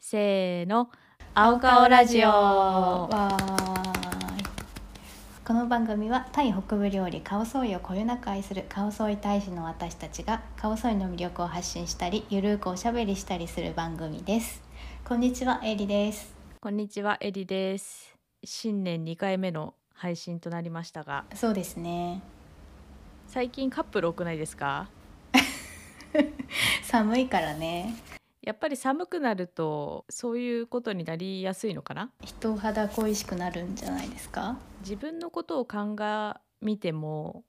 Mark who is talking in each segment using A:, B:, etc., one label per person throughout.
A: せーの青顔ラジオ
B: わーいこの番組はタイ北部料理カオソイをこよなく愛するカオソイ大使の私たちがカオソイの魅力を発信したりゆるーくおしゃべりしたりする番組ですこんにちはエリです
A: こんにちはエリです新年2回目の配信となりましたが
B: そうですね
A: 最近カップル多くないですか
B: 寒いからね
A: やっぱり寒くなるとそういうことになりやすいのかな
B: 人肌恋しくなるんじゃないですか
A: 自分のことを鑑みても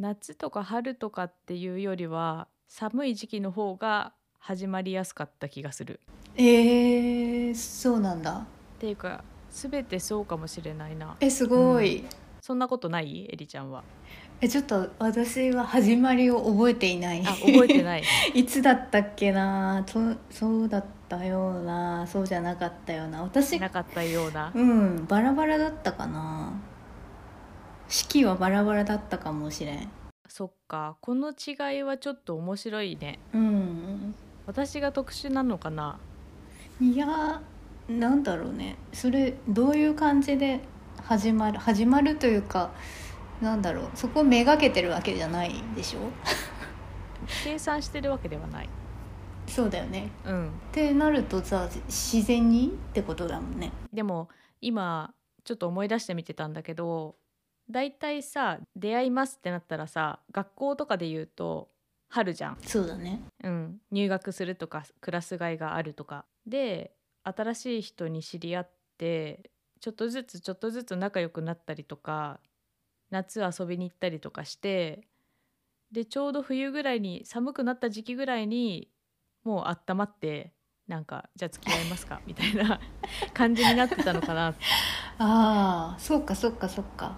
A: 夏とか春とかっていうよりは寒い時期の方が始まりやすかった気がする
B: えー、そうなんだ
A: っていうか全てそうかもしれないな
B: えすごい、
A: そんなことないエリちゃんは
B: えちょっと私は始まりを覚えていない
A: あ覚えて ない
B: いつだったっけなとそうだったようなそうじゃなかったような私
A: なかったような
B: うんバラバラだったかな式はバラバラだったかもしれん
A: そっかこの違いはちょっと面白いね
B: うん
A: 私が特殊なのかない
B: やなんだろうねそれどういう感じで始まる始まるというかなんだろうそこめがけてるわけじゃないでしょ
A: 計算してるわけではない
B: そうだよね
A: うん
B: ってなるとさ自然にってことだもんね
A: でも今ちょっと思い出してみてたんだけどだいたいさ出会いますってなったらさ学校とかで言うと春じゃん、
B: そうだね
A: うん、入学するとかクラス替えがあるとかで新しい人に知り合ってちょっとずつちょっとずつ仲良くなったりとか夏遊びに行ったりとかしてでちょうど冬ぐらいに寒くなった時期ぐらいにもうあったまってなんかじゃあ付き合います かみたいな感じになってたのかな
B: ああそうかそうかそうか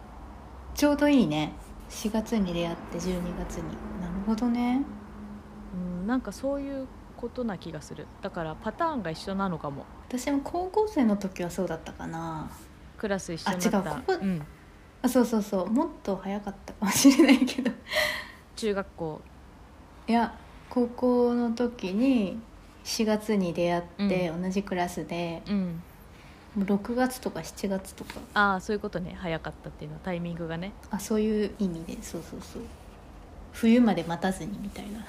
B: ちょうどいいね4月に出会って12月になるほどね
A: うん、なんかそういうことな気がするだからパターンが一緒なのかも
B: 私も高校生の時はそうだったかな
A: クラス一緒になった
B: あ違うここ
A: ん、
B: あそうそうそうもっと早かったかもしれないけど
A: 中学校
B: いや高校の時に4月に出会って、同じクラスで
A: うん
B: もう6月とか7月とか
A: ああそういうことね早かったっていうのはタイミングがね
B: あそういう意味でそうそうそう冬まで待たずにみたいな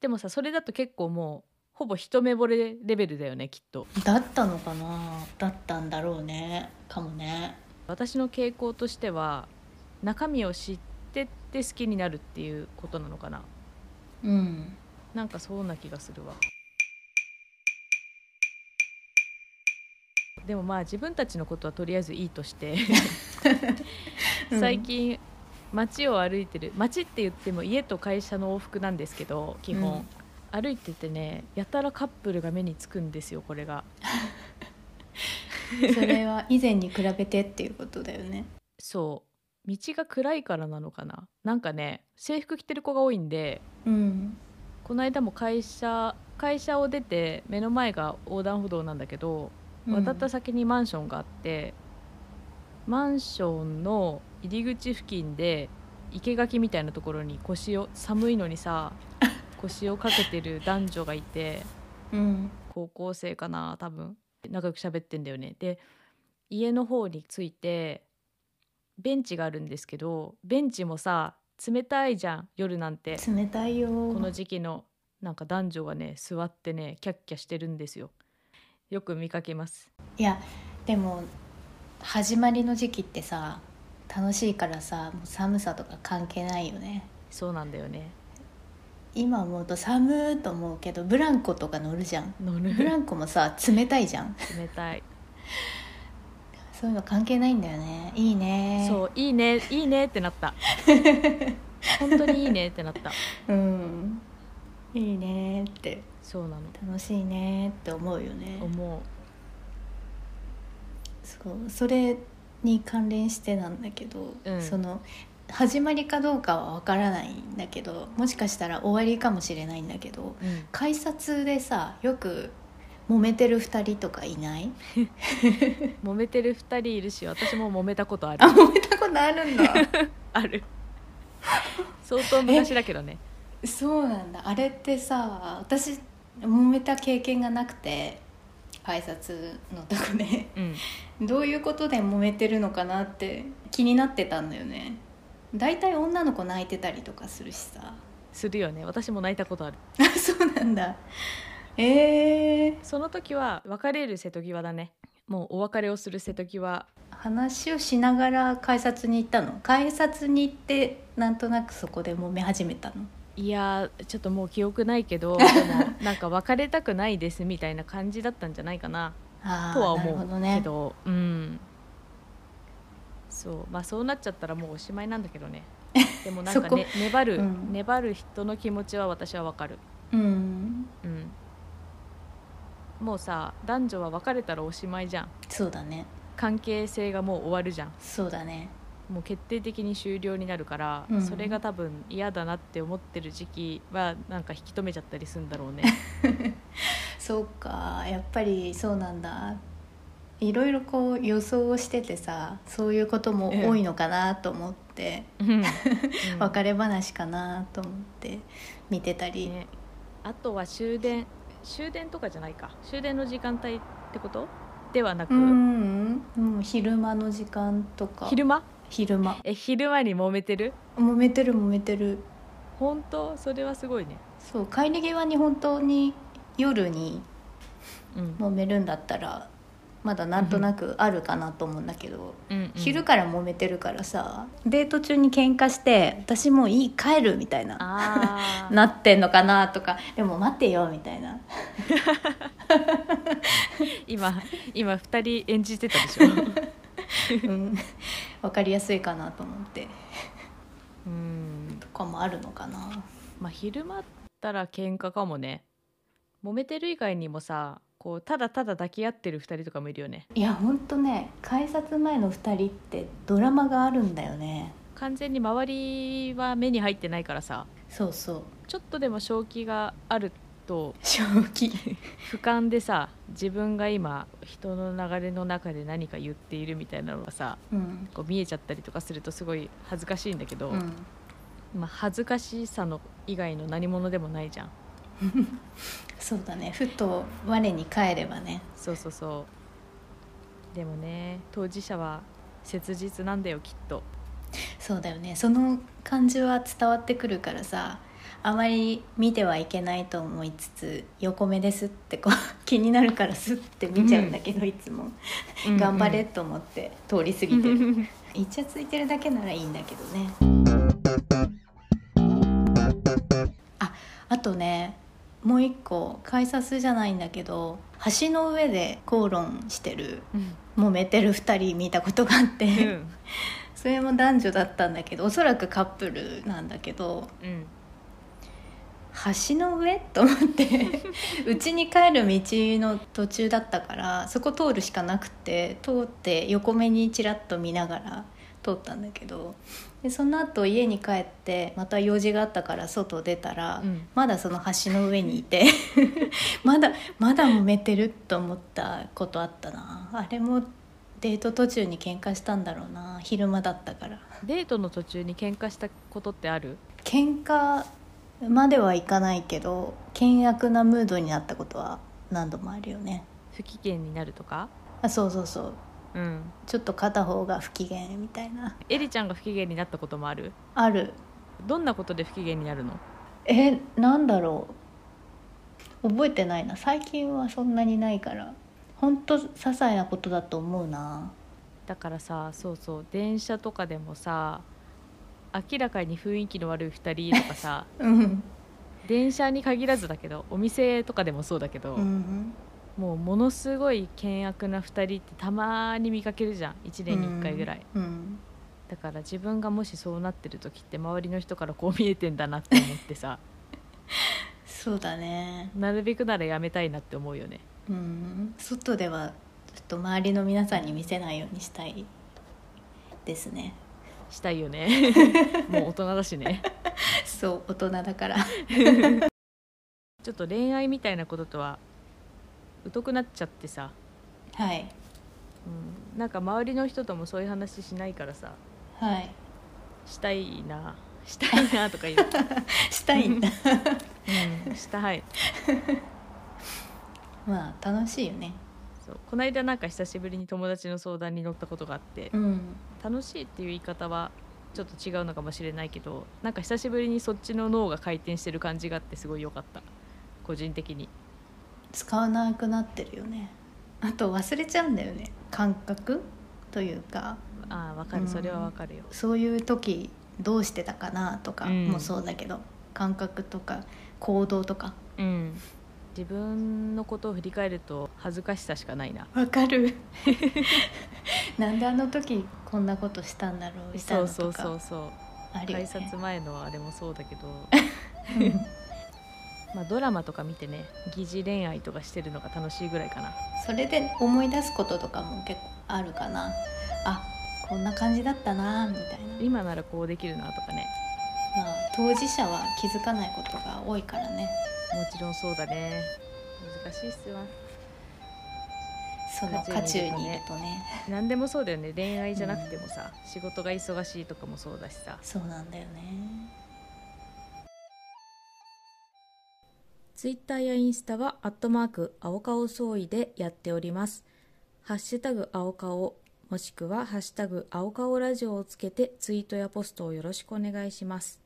A: でもさそれだと結構もうほぼ一目惚れレベルだよねきっと
B: だったのかなだったんだろうねかもね
A: 私の傾向としては中身を知ってって好きになるっていうことなのかな
B: うん
A: なんかそうな気がするわでもまあ自分たちのことはとりあえずいいとして
B: うん
A: 最近街を歩いてる街って言っても家と会社の往復なんですけど基本、歩いててねやたらカップルが目につくんですよこれが
B: それは以前に比べてっていうことだよね。
A: そう道が暗いからなのかななんかね制服着てる子が多いんで
B: うん。
A: この間も会社会社を出て目の前が横断歩道なんだけど渡った先にマンションがあって、マンションの入り口付近で生垣みたいなところに腰を寒いのにさ腰をかけてる男女がいて
B: うん。
A: 高校生かな多分仲良く喋ってんだよねで家の方に着いてベンチがあるんですけどベンチもさ冷たいじゃん夜なんて
B: うん、冷たいよ。
A: この時期のなんか男女がね座ってねキャッキャしてるんですよよく見かけます
B: いやでも始まりの時期ってさ楽しいからさもう寒さとか関係ないよね。
A: そうなんだよね
B: 今思うと寒ーと思うけどブランコとか乗るじゃん。
A: 乗る
B: ブランコもさ冷たいじゃん。
A: 冷たい、
B: そういうの関係ないんだよね。いいね。
A: そういいねいいねってなった 本当にいいねってなった
B: う。うん。いいねーって
A: そうなの
B: 楽しいねーって思うよね。
A: 思
B: そうそれに関連してなんだけど、
A: うん
B: その始まりかどうかはわからないんだけどもしかしたら終わりかもしれないんだけど
A: う、うん、
B: 改札でさよく揉めてる2人とかいない
A: 揉めてる2人いるし私も揉めたことある
B: あ揉めたことあるん だ
A: ある相当昔だけどね
B: そうなんだあれってさ私揉めた経験がなくて改札のとこで
A: うん
B: どういうことで揉めてるのかなって気になってたんだよね大体女の子泣いてたりとかするしさ
A: するよね私も泣いたことある
B: あ そうなんだえー、
A: その時は別れる瀬戸際だねもうお別れをする瀬戸際
B: 話をしながら改札に行ったの改札に行ってなんとなくそこで揉め始めたの
A: いやーちょっともう記憶ないけどでもなんか別れたくないですみたいな感じだったんじゃないかな
B: あー
A: とは
B: なるほ
A: 思
B: ど
A: う
B: ね
A: けどうんそうまあそうなっちゃったらもうおしまいなんだけどね でもなんか、ね、粘る、
B: うん
A: 粘る人の気持ちは私はわかる
B: うん
A: うんもうさ男女は別れたらおしまいじゃん
B: そうだね
A: 関係性がもう終わるじゃん
B: そうだね
A: もう決定的に終了になるから、
B: うん
A: それが多分嫌だなって思ってる時期はなんか引き止めちゃったりするんだろう ね
B: そうかやっぱりそうなんだいろいろこう予想をしててさそういうことも多いのかなと思って、
A: うん
B: 別れ話かなと思って見てたり、
A: ねあとは終電終電とかじゃないか終電の時間帯ってことではなく、
B: うん、うん、昼間の時間とか
A: 昼間
B: 昼間
A: え昼間に揉めてる
B: 揉めてる揉めてる
A: 本当それはすごいね
B: そう帰り際に本当に夜に
A: うん、
B: 揉めるんだったらまだなんとなくあるかなと思うんだけど、
A: うんうん
B: 昼から揉めてるからさデート中に喧嘩して私もういい帰るみたいな
A: あー
B: なってんのかなとかでも待ってよみたい な
A: 今今二人演じてたで しょ
B: うんわかりやすいかなと思って
A: うん
B: とかもあるのかな
A: まあ昼間だったら喧嘩かもね揉めてる以外にもさこうただただ抱き合ってる二人とかもいるよね
B: いやほんとね改札前の2人ってドラマがあるんだよね
A: 完全に周りは目に入ってないからさ
B: そうそう
A: ちょっとでも正気があると
B: 正気
A: 俯瞰でさ自分が今人の流れの中で何か言っているみたいなのがさ
B: うん、
A: こう見えちゃったりとかするとすごい恥ずかしいんだけど、
B: うん、
A: まあ、恥ずかしさの以外の何者でもないじゃん
B: そうだねふと我に返ればね
A: そうそうそうでもね当事者は切実なんだよきっと
B: そうだよねその感じは伝わってくるからさあまり見てはいけないと思いつつ横目ですってこう 気になるからスッて見ちゃうんだけど、いつも頑張れと思って通り過ぎてるイチャついてるだけならいいんだけどねああとねもう一個改札じゃないんだけど橋の上で口論してる
A: うん
B: 揉めてる2人見たことがあって、
A: うん
B: それも男女だったんだけどおそらくカップルなんだけど
A: うん
B: 橋の上と思って うちに帰る道の途中だったからそこ通るしかなくて通って横目にちらっと見ながら通ったんだけどでその後家に帰ってまた用事があったから外出たら、
A: うん
B: まだその橋の上にいて まだまだ揉めてると思ったことあったなあれもデート途中に喧嘩したんだろうな昼間だったから。
A: デートの途中に喧嘩したことってある
B: 喧嘩まではいかないけど険悪なムードになったことは何度もあるよね
A: 不機嫌になるとか
B: あそうそうそう
A: うん
B: ちょっと片方が不機嫌みたいな
A: エリちゃんが不機嫌になったこともある
B: ある
A: どんなことで不機嫌になるの
B: えなんだろう覚えてないな最近はそんなにないからほんと些細なことだと思うな
A: だからさそうそう電車とかでもさ明らかに雰囲気の悪い2人とか さ
B: うん、
A: 電車に限らずだけどお店とかでもそうだけど、
B: うん、
A: もうものすごい険悪な2人ってたまに見かけるじゃん1年に1回ぐらい、
B: うん
A: だから自分がもしそうなってる時って周りの人からこう 見えてんだなって思ってさ
B: そうだね
A: なるべくならやめたいなって思うよね
B: うん外ではちょっと周りの皆さんに見せないようにしたいですね
A: したいよ ねもう大人だしね
B: そう大人だから
A: ちょっと恋愛みたいなこととは疎くなっちゃってさ、
B: はい
A: うん、なんか周りの人ともそういう話しないからさ
B: はい
A: したいなしたいなとか 言う、
B: した いんだ
A: うん、したい
B: まあ楽しいよね
A: そうこの間なんか久しぶりに友達の相談に乗ったことがあって
B: うん
A: 楽しいっていう言い方はちょっと違うのかもしれないけどなんか久しぶりにそっちの脳が回転してる感じがあってすごい良かった個人的に
B: 使わなくなってるよねあと忘れちゃうんだよね感覚というか
A: ああわか
B: う
A: る
B: ん
A: それはわかるよ、
B: そういう時どうしてたかなとか
A: うん
B: もそうだけど、感覚とか行動とか
A: うん、自分のことを振り返ると恥ずかしさしかないな
B: わかる なんであの時こんなことしたんだろうみたい
A: そ
B: な
A: う
B: の
A: そ
B: と
A: うそう
B: か
A: そう
B: あるよ
A: 改
B: ね
A: 札前のあれもそうだけど
B: うん
A: まあドラマとか見てね疑似恋愛とかしてるのが楽しいぐらいかな
B: それで思い出すこととかも結構あるかなあこんな感じだったなみたいな
A: 今ならこうできるなとかね
B: まあ当事者は気づかないことが多いからね
A: もちろんそうだね難しいっすわ
B: その渦
A: 渦
B: 中
A: 中
B: にい
A: にい
B: る
A: る
B: と
A: とね
B: ね
A: 何でもそうだよね恋愛じゃなくてもさ、仕事が忙しいとかもそうだしさ
B: そうなんだよね
A: Twitter やインスタはアットマーク青顔総意でやっておりますハッシュタグ青顔もしくはハッシュタグ青顔ラジオをつけてツイートやポストをよろしくお願いします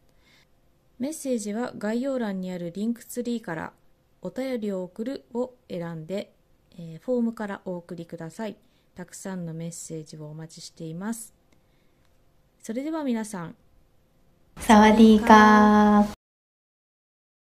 A: メッセージは概要欄にあるリンクツリーからお便りを送るを選んで、えーフォームからお送りくださいたくさんのメッセージをお待ちしていますそれでは皆さん
B: サワディーカー